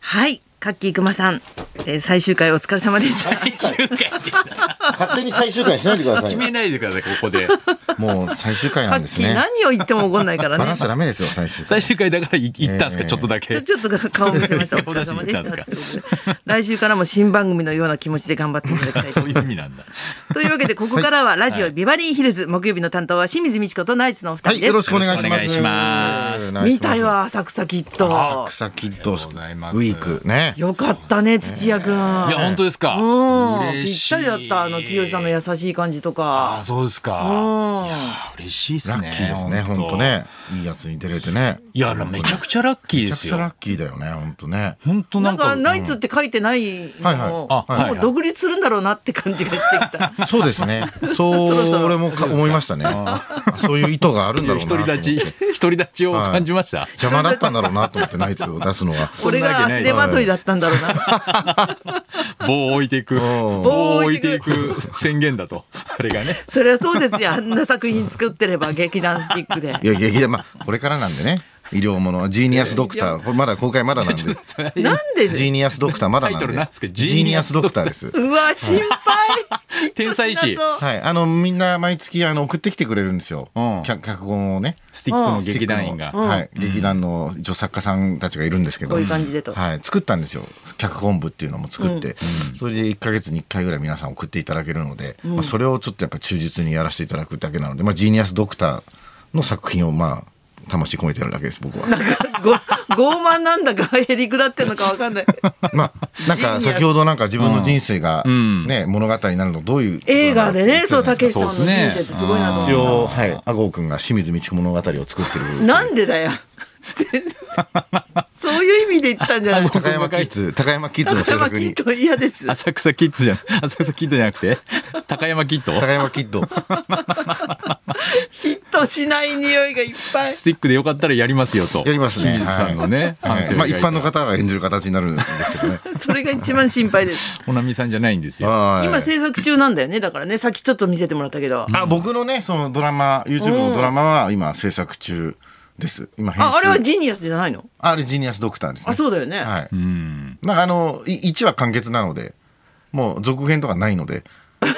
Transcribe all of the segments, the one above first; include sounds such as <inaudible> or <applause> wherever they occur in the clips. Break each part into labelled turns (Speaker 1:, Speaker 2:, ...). Speaker 1: はいカッキーくまさん、えー最終回お疲れ様でした
Speaker 2: 最終回って
Speaker 3: 勝手に最終回しないでください
Speaker 2: 決
Speaker 3: よ
Speaker 2: めないでください、ここ
Speaker 3: <laughs>
Speaker 2: で。
Speaker 3: もう最終回
Speaker 1: カ
Speaker 3: なん
Speaker 1: ッ
Speaker 3: です
Speaker 1: キー
Speaker 3: ね
Speaker 1: 何を言っても怒んないから
Speaker 3: バラ
Speaker 1: ね
Speaker 3: しちゃダメですよ最終回
Speaker 2: 最終回だからい行ったんですか、
Speaker 3: ええ
Speaker 2: ちょっとだ
Speaker 1: ちょ
Speaker 2: け。
Speaker 1: ちょっと顔見せましたお疲れ様でした
Speaker 2: 顔出しに行ったんです
Speaker 1: 来週からも新番組のような気持ちで頑張っていただきたいと思います
Speaker 2: そういう意味
Speaker 3: <laughs>
Speaker 2: なんだ。
Speaker 1: というわけでここからはラジオビバリーヒルズ、木曜日の担当は清水美智子とナイツのお二
Speaker 3: は
Speaker 1: 人
Speaker 3: い
Speaker 1: です、
Speaker 3: よろしくお願いします
Speaker 2: お願いします
Speaker 3: お願
Speaker 1: 見
Speaker 3: します
Speaker 1: たよ浅草キッド
Speaker 3: 草キッドウ
Speaker 2: ありがとうございます
Speaker 3: ィークね
Speaker 1: よかったね土屋君
Speaker 2: いや、本当ですか。
Speaker 1: うんぴ
Speaker 2: 嬉
Speaker 1: っ
Speaker 2: しい。
Speaker 1: たりだったあの清志さんの優しい感じと
Speaker 2: あ、
Speaker 1: か
Speaker 2: そうですか。
Speaker 1: うん
Speaker 2: いや、嬉しいっすね。
Speaker 3: ラッキーですね本当。ねいいやつに出れてね
Speaker 2: いや、めちゃくちゃラッキー
Speaker 3: めち
Speaker 2: で
Speaker 3: ゃく
Speaker 2: す
Speaker 3: ちゃラ
Speaker 2: よ
Speaker 3: ッ。キーだよね本当ね
Speaker 2: 本当
Speaker 1: な
Speaker 2: なんん
Speaker 1: か
Speaker 2: か。
Speaker 1: ナイツって書いてない
Speaker 3: はいはい
Speaker 1: のも、
Speaker 2: あはい
Speaker 1: もう独立するんだろうなって感じがしてきた
Speaker 3: そうですね <laughs> そう俺もか思いま <laughs> したねあそういう意図があるんだろう
Speaker 2: 独
Speaker 3: なと
Speaker 2: り
Speaker 3: 思って
Speaker 2: 立ち、独り立ちを感じました。
Speaker 3: 邪魔だったんだろうなと思ってナイツを出すの <laughs> が
Speaker 1: 俺が足手まといだったんだろうな
Speaker 2: 棒を置いていく。
Speaker 3: ん
Speaker 2: 棒を置いていく宣言だと。あれがね。
Speaker 1: そりゃそうですよあんな作品作ってれば劇団スティックで
Speaker 3: いや劇団まあこれからなんでね医療ものジーニアスドクターこれまだ公開まだなんで
Speaker 1: なんで
Speaker 3: ジーニアスドクターまだ
Speaker 2: タイトル
Speaker 3: な
Speaker 2: なんんですか
Speaker 3: でジーニアスドクターです
Speaker 1: うわ心配
Speaker 2: 天才師。
Speaker 3: はい、あのみんな毎月あの送ってきてくれるんですよ、
Speaker 2: うん
Speaker 3: 脚脚本をね
Speaker 2: スティックの劇団員
Speaker 3: ス
Speaker 2: が
Speaker 3: ティック。のはい、劇団の一応作家さんたちがいるんですけど
Speaker 1: こういう感じでと
Speaker 3: はい、作ったんですよ脚本部っていうのも作って、それで1か月に1回ぐらい皆さん送っていただけるので、まあ、それをちょっとやっぱ忠実にやらせていただくだけなので、まあ、ジーニアスドクターの作品をまあ魂込めてやるだけです僕は。
Speaker 1: ご傲慢なんだかへりくだってんのかわかんない
Speaker 3: <laughs> まあ、なんか先ほどなんか自分の人生が、ね物語になるのどういうことなの
Speaker 1: 映画でねそう
Speaker 3: 言
Speaker 1: た
Speaker 3: ってた
Speaker 1: けし
Speaker 3: じゃ
Speaker 1: さん
Speaker 3: な
Speaker 1: の
Speaker 3: いです
Speaker 1: 人生ってすごいなと
Speaker 3: か
Speaker 1: 思
Speaker 3: 一
Speaker 1: っ
Speaker 3: 応はい阿豪君が清水道子物語を作って
Speaker 1: た
Speaker 3: る
Speaker 1: なんでだよそういう意味で言ったんじゃない
Speaker 3: 高山キッズ高山キッズの制
Speaker 1: 頭
Speaker 3: 作
Speaker 1: キッ
Speaker 3: に
Speaker 1: ド嫌です
Speaker 2: 浅草キッズじゃん。浅草キッズじゃなくて、高山キッド
Speaker 3: 高山キッド
Speaker 1: ヒットしない匂いがいっぱい
Speaker 2: スティックでよかったらやりますよと。
Speaker 3: やりますね
Speaker 2: 清水さんのね、
Speaker 3: はい
Speaker 2: 反省を
Speaker 3: まあ一
Speaker 2: 描い
Speaker 3: 般
Speaker 2: た
Speaker 3: の方が演じる形になるんですけどね
Speaker 1: <laughs> それが一番心配です
Speaker 2: おなみさんじゃないんですよ。
Speaker 3: はい
Speaker 1: 今制作中なんだよねだからねさっきちょっと見せてもらったけど
Speaker 3: あ僕のねそのドラマ YouTube のドラマは今制作中です今編集
Speaker 1: ああれはジニアスじゃないの
Speaker 3: あれジーニアスドクターですね
Speaker 1: あそうだよね
Speaker 3: はいなんかあのい1話完結なのでもう続編とかないので、はい、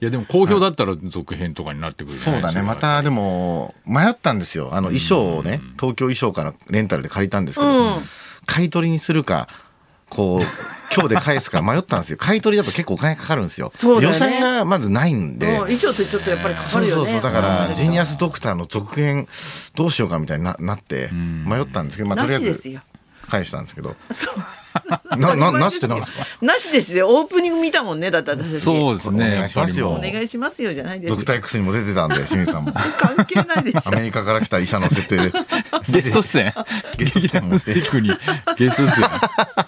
Speaker 2: いや、でも好評だったら続編とかになってくるじゃ
Speaker 3: そ
Speaker 2: な
Speaker 3: う
Speaker 2: いで
Speaker 3: だ
Speaker 2: す
Speaker 3: ね
Speaker 2: か
Speaker 3: またでも迷ったんですよあの衣装をね東京衣装からレンタルで借りたんですけど、
Speaker 1: うん
Speaker 3: 買い取りにするか
Speaker 1: <laughs>
Speaker 3: こう今日で返すか迷ったんですよ買い取りだと結構お金かかるんですよ
Speaker 1: そうだよ
Speaker 3: 予
Speaker 1: ね
Speaker 3: 算がまずないんで
Speaker 1: もう衣装ってちょっとやっぱりかか
Speaker 3: そう
Speaker 1: る
Speaker 3: そ
Speaker 1: よ
Speaker 3: う
Speaker 1: ね
Speaker 3: そうだから「ジーニアスドクター」の続編どうしようかみたいにななって迷ったんですけど、まあ、と
Speaker 1: な
Speaker 3: りあえ
Speaker 1: しです
Speaker 3: ず
Speaker 1: よ
Speaker 3: 返したんですけど
Speaker 1: そう
Speaker 3: な
Speaker 1: <laughs>
Speaker 3: ななしってなんですか
Speaker 1: なしですよ。オープニング見たもんね、だって私たち。
Speaker 2: そうですね、
Speaker 3: お願いしますよ
Speaker 2: やっ
Speaker 1: お
Speaker 2: ぱりもう
Speaker 1: 願いしますよじゃないです
Speaker 3: ドクター X にも出てたんで清水さ
Speaker 1: <laughs>
Speaker 3: んも
Speaker 1: 関係ないでしょ
Speaker 3: ア。メリカから来た医者の
Speaker 1: <laughs>
Speaker 3: 設定で
Speaker 2: ゲスト出演
Speaker 3: <laughs> ゲスト出演もして
Speaker 2: 劇団のスティックにゲスト出演。
Speaker 1: <laughs>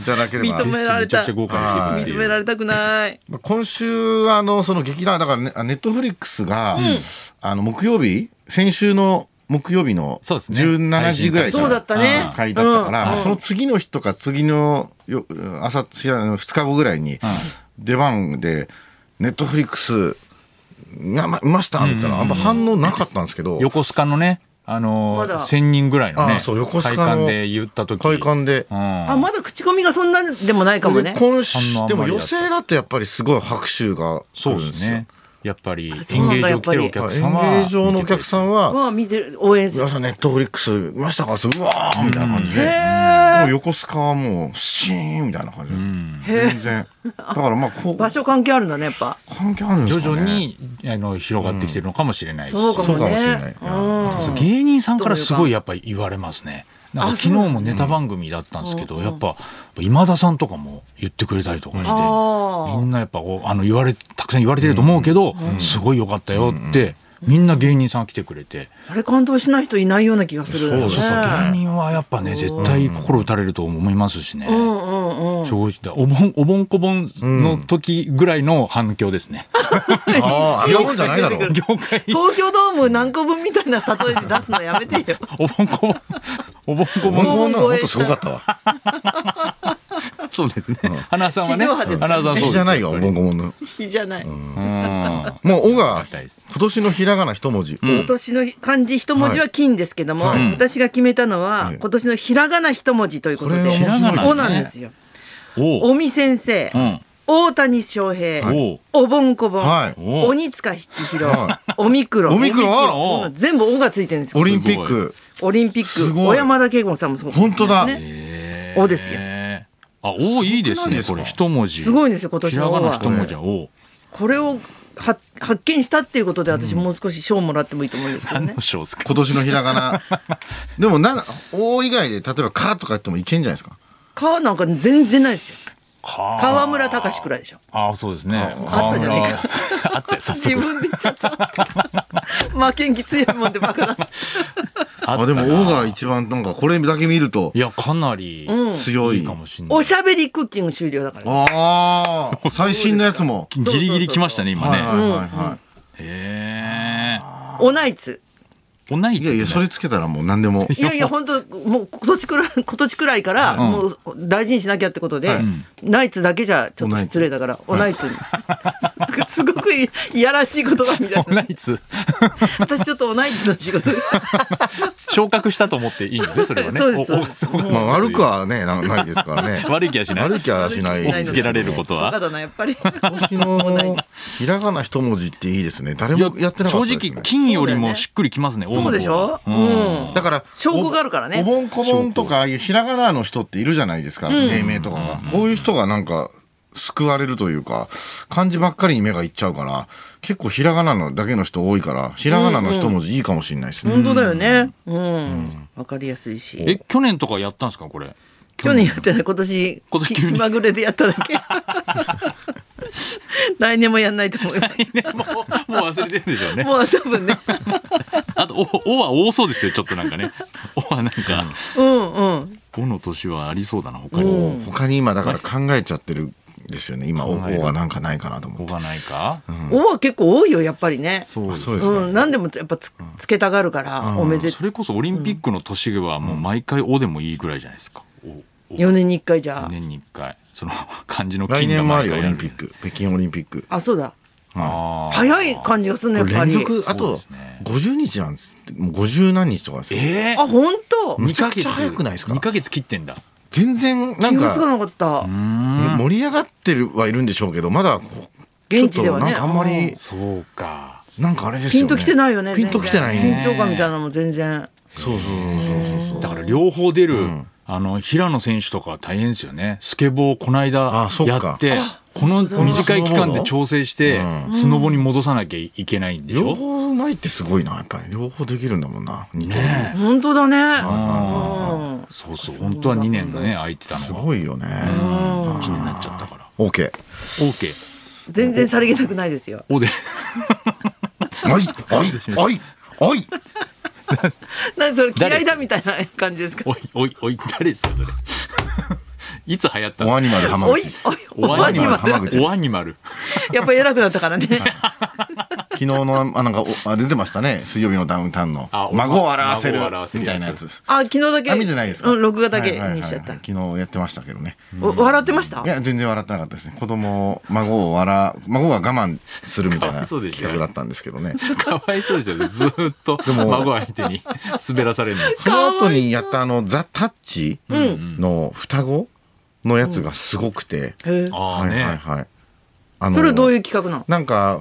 Speaker 3: いただければ
Speaker 1: 認められ
Speaker 2: めち
Speaker 1: た
Speaker 2: ゃくちゃ。豪華にしてく
Speaker 1: 認
Speaker 2: れ
Speaker 1: め
Speaker 2: る
Speaker 1: られたくない。
Speaker 3: まあ今週はあのその劇団だからねあネットフリックスが、あの木曜日先週の木曜日の
Speaker 2: そうですね
Speaker 3: 17時ぐらいから
Speaker 1: そうだったね
Speaker 3: うん回だったから、
Speaker 1: うん
Speaker 3: まあその次の日とか次のよ朝2日後ぐらいに出番でネットフリックスがまいましたみたいなあんま反応なかったんですけど、
Speaker 2: 横須賀のね、あの
Speaker 1: ま
Speaker 2: ー、
Speaker 1: だ
Speaker 2: 1000人ぐらいの
Speaker 3: あ
Speaker 2: ね、
Speaker 3: そう横須賀の
Speaker 2: 会館で言った時。
Speaker 3: 会館で。
Speaker 2: うん。
Speaker 1: あ、まだ口コミがそんなでもないかも
Speaker 3: で
Speaker 1: ね。
Speaker 3: 今週
Speaker 2: 反応あんまりだった
Speaker 3: でも予選だとやっぱりすごい拍手が来
Speaker 2: そ
Speaker 3: る
Speaker 2: うんで
Speaker 3: です
Speaker 2: す
Speaker 3: よ。
Speaker 2: ね。やっぱり
Speaker 1: あそう
Speaker 2: 演
Speaker 1: なん
Speaker 2: 芸
Speaker 1: だ
Speaker 2: 場来てるお客さんは。
Speaker 3: 演芸場のお客さんは
Speaker 1: は見てる応援す
Speaker 3: いや
Speaker 1: る。
Speaker 3: さネットフリックス見ましたかそううわーみたいな感じで、もう横須賀はもうシーンみたいな感じで、全然だからまあ
Speaker 2: <laughs>
Speaker 3: こう
Speaker 1: 場所関係あるんだねやっぱ。
Speaker 3: 関係あるんです
Speaker 2: 徐
Speaker 3: かね
Speaker 2: 々
Speaker 3: <laughs>
Speaker 2: にあの広がってきてるのかもしれないし、
Speaker 1: そうか
Speaker 3: そう
Speaker 1: も
Speaker 3: かもしれない
Speaker 1: ね。
Speaker 3: いうや
Speaker 1: ん。
Speaker 2: そう芸人さんからすごいやっぱり言われますね。なんか昨日もネタ番組だったんですけど、やっぱ今田さんとかも言ってくれたりとかして、
Speaker 1: あー
Speaker 2: みんなやっぱこうあの言われたくさん言われてると思うけど、すごい良かったよって、みんな芸人さん来てくれて、
Speaker 1: あれ感動しない人いないような気がするよね。
Speaker 2: そうそうそう芸人はやっぱね絶対心打たれると思いますしね。
Speaker 1: うんうんうん。
Speaker 2: 正直だお盆お盆こぼんの時ぐらいの反響ですね。
Speaker 3: あーあんなもんじゃないだ <laughs> ろう
Speaker 2: 業界
Speaker 1: <laughs> 東京ドーム何個分みたいな例えで出すのやめ
Speaker 3: <laughs>
Speaker 1: てよ。
Speaker 2: お盆こぼんお盆こぼ
Speaker 3: 向
Speaker 2: ん
Speaker 3: こうのはもっとすごかったわ
Speaker 2: そうですね。花さんはね。
Speaker 1: 地上波ですから
Speaker 2: 花さんはそうです
Speaker 3: いいじゃないよボンゴモンの
Speaker 1: いいじゃない。
Speaker 2: うん
Speaker 3: もう尾
Speaker 2: あ
Speaker 3: が
Speaker 2: ったです
Speaker 3: 今年のひらがな一文字を、
Speaker 1: 今年の漢字一文字は金ですけども、
Speaker 3: はい
Speaker 1: 私が決めたのは、
Speaker 3: はい
Speaker 1: 今年のひらがな一文字ということ
Speaker 3: こ
Speaker 1: で
Speaker 3: れ
Speaker 2: ひらがなですね
Speaker 1: こうなんですよ
Speaker 2: お
Speaker 1: 尾身先生、
Speaker 2: うん
Speaker 1: 大谷翔平、
Speaker 2: はい
Speaker 1: おぼんこぼん、
Speaker 3: はい
Speaker 1: 鬼塚七
Speaker 3: は
Speaker 1: 弘、オミクロン
Speaker 3: オミクロン
Speaker 1: そうなんです全部「お」がついてるんですよ
Speaker 3: オリンピック
Speaker 1: オリンピッ
Speaker 3: す
Speaker 1: ク
Speaker 3: ごい
Speaker 1: 小山田圭吾さんもそうですね
Speaker 3: 本当だ
Speaker 2: え
Speaker 1: おですよ
Speaker 2: あおいいですね
Speaker 3: すご
Speaker 2: こ
Speaker 3: くな
Speaker 2: れ
Speaker 3: いですか
Speaker 2: 一文字
Speaker 1: すごいんですよ今年
Speaker 2: ひら
Speaker 1: の
Speaker 2: が
Speaker 1: 王
Speaker 2: な
Speaker 1: は
Speaker 2: 一文字はお
Speaker 1: これをは発見したっていうことで私もう少し賞もらってもいいと思うんですよ
Speaker 2: 何
Speaker 1: ね
Speaker 2: の。章ですか
Speaker 3: 今年のひらが <laughs> なでもな「お」以外で例えば「か」とかやってもいけんじゃないですか
Speaker 1: 川なんか全然ないですよ。
Speaker 2: か
Speaker 1: 川村隆くらいでしょ。
Speaker 2: あそうですね
Speaker 1: あったじゃねえか
Speaker 2: 川村あったよ早
Speaker 1: 自
Speaker 2: 速
Speaker 1: 分で言っちゃった。まあ元気強いもんでバカだ。
Speaker 2: あ
Speaker 3: あでも「お」が一番なんかこれだけ見ると
Speaker 2: いやかなり
Speaker 3: 強い、
Speaker 2: いいかもしれない
Speaker 1: おしゃべりクッキング終了だから。
Speaker 3: ああ最新のやつも
Speaker 2: ギリギリ来ましたね今
Speaker 3: はいはい
Speaker 2: ね
Speaker 3: はいは
Speaker 2: へえ
Speaker 1: おナイツ。
Speaker 2: おない
Speaker 3: い、いやいやそれつけたらもう何でも
Speaker 1: いやいや本当もう今年くらい今年くらいからもう大事にしなきゃってことで、
Speaker 3: はい
Speaker 1: ナイツだけじゃちょっと失礼だからおナイツに。 <laughs> なんかすごくいやらしい言葉みたい
Speaker 2: おナ
Speaker 1: な。
Speaker 2: イツ
Speaker 1: 私ちょっとおナイツの仕事。
Speaker 2: 昇格したと思っていいんですねそれは
Speaker 1: <laughs>
Speaker 2: ね
Speaker 1: そうです
Speaker 2: お
Speaker 1: そうです
Speaker 2: おそう
Speaker 3: まあ悪くはねなないですからね
Speaker 2: 悪い気はしない
Speaker 3: 悪い気はしな
Speaker 1: 悪
Speaker 3: い
Speaker 1: い気はしない
Speaker 2: つけられること
Speaker 1: バ
Speaker 2: は
Speaker 1: カだなやっ
Speaker 2: <laughs>
Speaker 1: ぱり。
Speaker 3: 今年のひらがな一文字っていいですね誰
Speaker 2: い
Speaker 3: もやってなかったです、ね、
Speaker 2: 正直金よりもしっくりきますね
Speaker 1: そうでしょ。う
Speaker 2: 王の方がうん
Speaker 1: ん。
Speaker 3: だから
Speaker 1: 証拠があるからね
Speaker 3: おぼんこぼんとかああいうひらがなの人っているじゃないですか、芸名とかが、こういう人がなんか救われるというか漢字ばっかりに目がいっちゃうから結構ひらがなのだけの人多いからひらがなの一文字いいかもしれないですね、
Speaker 1: 本当だよね。うん。わかりやすいし。
Speaker 2: え去年とかやったんですかこれ
Speaker 1: 去年やってない今年
Speaker 2: 今
Speaker 1: き
Speaker 2: 年急に
Speaker 1: 気まぐれでやっただけ来年もやんないと思います
Speaker 2: もうもう忘れてるでしょうね
Speaker 1: もう多分ね
Speaker 2: あと「お」おは多そうですよちょっとなんかね「お」はなんか
Speaker 1: うんうん
Speaker 2: 「お」の年はありそうだな他に
Speaker 1: う
Speaker 2: も
Speaker 1: ん
Speaker 3: 他に今だから考えちゃってるんですよね今「お」
Speaker 2: 考える
Speaker 3: がなんかないかな
Speaker 2: 「
Speaker 3: と思
Speaker 2: お」
Speaker 3: って。
Speaker 2: がないか
Speaker 1: 「お」は結構多いよやっぱりね
Speaker 2: そうです
Speaker 3: そうですね
Speaker 1: うん何でもやっぱつつけたがるからおめで
Speaker 2: それこそオリンピックの年はもう毎回「お」でもいいぐらいじゃないですか「お」
Speaker 1: 4年に1回じゃ
Speaker 2: 年に1回その漢字の
Speaker 3: 来
Speaker 2: 金が
Speaker 3: 年もあ
Speaker 2: 毎
Speaker 3: るよ
Speaker 2: 回
Speaker 3: オリンピック北京オリンピック
Speaker 1: あそうだ
Speaker 2: あー
Speaker 1: 早い感じがするね
Speaker 3: こ
Speaker 1: やっ
Speaker 3: れ
Speaker 1: ぱ
Speaker 3: 連
Speaker 1: り
Speaker 3: 続あ
Speaker 2: そう
Speaker 3: と
Speaker 2: ですね
Speaker 3: 50日なんですってもう50何日とかですよ
Speaker 2: ええ
Speaker 1: あ本当
Speaker 3: むちゃくちゃ早くないですか
Speaker 2: 2ヶ月切ってんだ
Speaker 3: 全然な
Speaker 1: 気
Speaker 3: ん
Speaker 1: がつか
Speaker 3: か
Speaker 1: なかった
Speaker 3: 盛り上がってるはいるんでしょうけどまだこう
Speaker 1: 現地では
Speaker 3: ちょっとな
Speaker 1: ね
Speaker 3: んかあんまり
Speaker 1: う
Speaker 2: そうか
Speaker 3: なんかあれです
Speaker 1: ピ
Speaker 3: よ
Speaker 1: ン
Speaker 3: ね。
Speaker 1: ときてないよね
Speaker 3: ピンときてない
Speaker 1: 全
Speaker 3: ね。
Speaker 1: 然緊張感みたいなのも全然
Speaker 3: そうそうそうそうそう。
Speaker 2: だから両方出る、あの平野選手とかは大変ですよねスケボーをこの間
Speaker 3: あそっか
Speaker 2: やってこの短い期間で調整して
Speaker 3: う
Speaker 2: スノボに戻さなきゃいけないんでし
Speaker 3: 両
Speaker 2: ょ、
Speaker 3: 方うまいってすごいな、やっぱり。両方できるんだもんな。二刀
Speaker 2: ね
Speaker 1: 本当だね
Speaker 2: あ
Speaker 1: うん
Speaker 2: ーそうそう本当は2年がね空いてた
Speaker 3: 流。す
Speaker 2: のが
Speaker 3: ごいよね。
Speaker 2: 気になっちゃったから
Speaker 3: OK。
Speaker 2: OK
Speaker 1: 全然さりげなくないですよ
Speaker 2: おで <laughs>
Speaker 3: おい、おい、おい、おい。
Speaker 1: なんでそれ
Speaker 2: 誰
Speaker 1: 嫌いだみたいな感じですか。
Speaker 2: おいおいおい誰ですかそれ <laughs> いつ流行った
Speaker 3: おアニマル浜
Speaker 1: おい
Speaker 3: 口です。
Speaker 1: おいお
Speaker 3: ア
Speaker 1: ア
Speaker 3: ニ
Speaker 1: ニ
Speaker 3: マル
Speaker 1: マル
Speaker 3: 浜口です
Speaker 2: おアニマル
Speaker 1: やっぱ偉くなったからね。
Speaker 3: 昨日の、あ、なんか、おあ出てましたね。水曜日のダウンタウンの
Speaker 2: あ。お
Speaker 3: 孫を表せる
Speaker 2: 孫を表。せる
Speaker 3: みたいなや
Speaker 2: や
Speaker 3: つ。
Speaker 1: あ昨日だけ。
Speaker 3: あ、見てないですか
Speaker 1: うん録画だけ
Speaker 3: はいはいはい
Speaker 1: にしちゃった。
Speaker 3: 昨日やってましたけどね。
Speaker 1: お笑ってました
Speaker 3: い。や、全然笑ってなかったですね。子供を、孫を笑う、孫が我慢するみたい
Speaker 2: かわ
Speaker 3: な
Speaker 2: <laughs>
Speaker 3: い
Speaker 2: そうでし
Speaker 3: 企
Speaker 2: た
Speaker 3: 画だったんですけどね。
Speaker 2: かわいそうですよねずーっと孫相手に滑らされるの
Speaker 3: その後にやったあの「ザ・タッチの双子のやつがすごくて、
Speaker 1: へえ
Speaker 2: ああね、
Speaker 3: はいはいはいあの
Speaker 1: それはどういう企画なの。
Speaker 3: なんか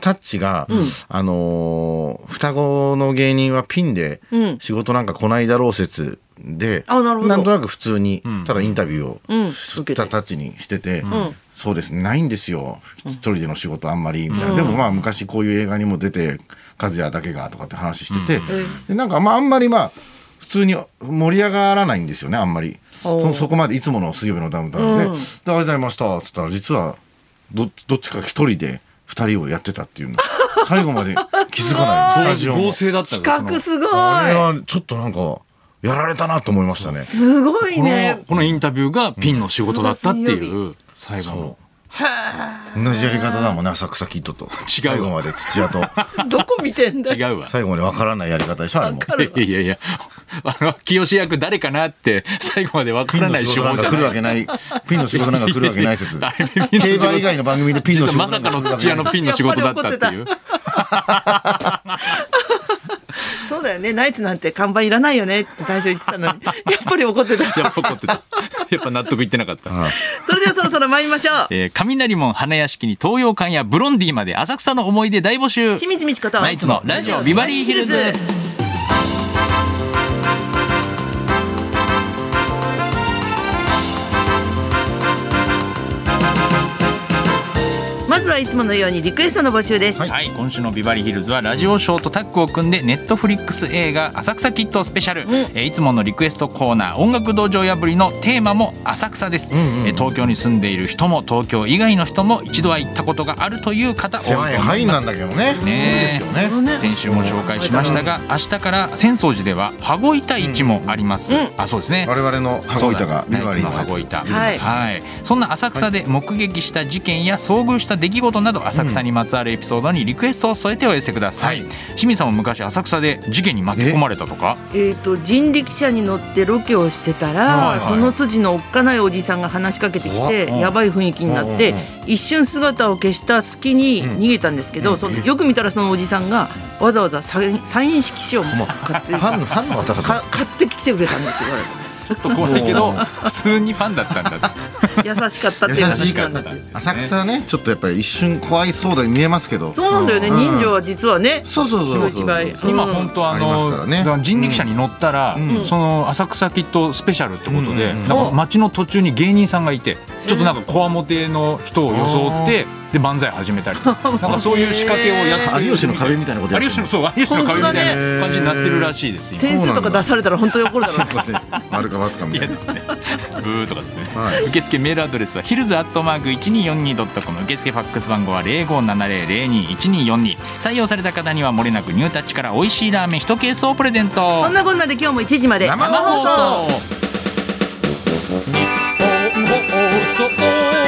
Speaker 3: タッチが、あのー双子の芸人はピンで
Speaker 1: うん
Speaker 3: 仕事なんか来ないだろう説で、
Speaker 1: あなるほど
Speaker 3: んとなく普通にただインタビューを、
Speaker 1: うん
Speaker 3: ザ
Speaker 1: 受けて
Speaker 3: タッチにしてて、そうですねないんですよ一人での仕事あんまりみたいな、でもまあ昔こういう映画にも出て和也だけがとかって話してて、でなんかまああんまりまあ普通に盛り上がらないんですよねあんまり
Speaker 1: おー
Speaker 3: そそこまでいつもの水曜日のダウンタウンで
Speaker 1: う
Speaker 3: 「
Speaker 1: ん
Speaker 3: でありがとうございました」っつったら実はどどっちか一人で二人をやってたっていうの最後まで気づ
Speaker 1: <laughs>
Speaker 3: かないスタジオも
Speaker 2: 合成だったんです
Speaker 1: 企画すごい。
Speaker 3: あれはちょっとなんかやられたなと思いましたね
Speaker 1: すごい
Speaker 2: この
Speaker 1: ね。
Speaker 2: このインタビューがピンの仕事だったっていう最後
Speaker 3: そ
Speaker 2: の
Speaker 3: う同じやり方だもんね浅草キッドと
Speaker 2: 違うわ
Speaker 3: 最後まで土屋と
Speaker 1: どこ見てんだ
Speaker 2: 違
Speaker 1: よ。
Speaker 2: うわ。
Speaker 3: 最後まで分からないやり方でしょあれも
Speaker 1: わかる
Speaker 2: いやいやいや、あの、清役誰かなって、最後までわか
Speaker 3: ピ
Speaker 2: ら
Speaker 3: ン
Speaker 2: な
Speaker 3: の
Speaker 2: い
Speaker 3: 仕
Speaker 2: 手
Speaker 3: 事
Speaker 2: 法
Speaker 3: なん
Speaker 2: じ
Speaker 3: か
Speaker 2: ゃ
Speaker 3: 来るわ
Speaker 2: ない。
Speaker 3: けないピンの仕事なんか来るわけない
Speaker 2: <laughs>
Speaker 3: 説
Speaker 2: あれ
Speaker 3: 競馬以外の番組でピンの仕
Speaker 2: 実は
Speaker 3: 事
Speaker 2: ま
Speaker 3: な
Speaker 2: さ
Speaker 3: ん
Speaker 2: かの
Speaker 3: か来るわ
Speaker 2: 土
Speaker 3: け
Speaker 2: 屋
Speaker 3: ない
Speaker 2: のピンの仕事だったっていう。
Speaker 1: そうだよね。ナイツなんて看板いらないよねって最初言ってたのに、やっぱり怒ってた。
Speaker 2: やっぱ怒ってた。やっぱ納得いってなかった。
Speaker 1: それではそろそろ参りましょう。
Speaker 2: えー雷門花屋敷に東洋館やブロンディまで浅草の思い出大募集。
Speaker 1: 清水美智子と
Speaker 2: ナイツのラジオビバリーヒルズ。
Speaker 1: まずはいつものようにリクエストの募集です、
Speaker 2: はい、今週のビバリーヒルズはラジオショーとタッグを組んでネットフリックス映画浅草キッドスペシャル、えーいつものリクエストコーナー音楽道場破りのテーマも浅草です、えー東京に住んでいる人も東京以外の人も一度は行ったことがあるという方多いと思
Speaker 3: 狭い
Speaker 2: います
Speaker 3: 範囲なんだけどねそう
Speaker 2: ね
Speaker 3: ですよね
Speaker 2: 先週も紹介しましたが明日から浅草寺では羽子板市もあります、あそうですね
Speaker 3: 我々の羽子板がビバリー
Speaker 2: ナイツの
Speaker 3: のや
Speaker 2: 羽子板
Speaker 3: つ
Speaker 1: はい
Speaker 2: はい、そんな浅草で目撃した事件や遭遇した出来事など浅草にまつわるエピソードにリクエストを添えてお寄せください、
Speaker 3: はい
Speaker 2: 清水さんも昔浅草で事件に巻き込まれたとか
Speaker 1: えー、と人力車に乗ってロケをしてたら、
Speaker 2: はいはい
Speaker 1: その筋のおっかないおじさんが話しかけてきて
Speaker 2: 怖っうん
Speaker 1: やばい雰囲気になって、一瞬姿を消した隙に逃げたんですけど、そのよく見たらそのおじさんがわざわざサインサイン色紙をもう買って
Speaker 3: ファンのファンの方々
Speaker 1: か買ってきてくれたんですよ
Speaker 2: ちょっと怖いけど普通にファンだったんだ
Speaker 1: 優しかったっていう
Speaker 3: 優
Speaker 1: 話
Speaker 3: しい
Speaker 1: な
Speaker 3: か
Speaker 1: ん
Speaker 3: ら
Speaker 1: ですよ
Speaker 3: 浅草はねちょっとやっぱり一瞬怖いそうだに見えますけど
Speaker 1: そうなんだよね、
Speaker 3: うん
Speaker 1: 人情は実はね
Speaker 3: そうそうそうそう
Speaker 1: 一倍
Speaker 3: そう
Speaker 2: 今本当あ
Speaker 3: あり
Speaker 2: の
Speaker 3: ますからね
Speaker 2: だから人力車に乗ったら、
Speaker 1: ん
Speaker 2: その浅草キッドスペシャルってことで、
Speaker 3: うん
Speaker 2: なんか街の途中に芸人さんがいてちょっとなんかこわもての人を装ってで漫才始めたりとかなんかそういう仕掛けをやってる
Speaker 3: 有吉の壁みたいなことやって
Speaker 2: 有
Speaker 3: る
Speaker 2: 吉のそう有吉の壁みたいな感じになってるらしいです今。
Speaker 1: 点数とか出されたら本当に怒るだろうね
Speaker 3: 丸か×かみ
Speaker 2: 嫌
Speaker 3: たい
Speaker 2: で
Speaker 3: な
Speaker 2: すね。ブーとかですね。
Speaker 3: はい
Speaker 2: 受付メールアドレスはヒルズアットマーク一二四二ドットコム。受付ファックス番号は零五七零零二一二四二。採用された方にはもれなくニュータッチから美味しいラーメン一ケースをプレゼント。
Speaker 1: そんなこんなで今日も1時まで
Speaker 2: 生放送。日本放送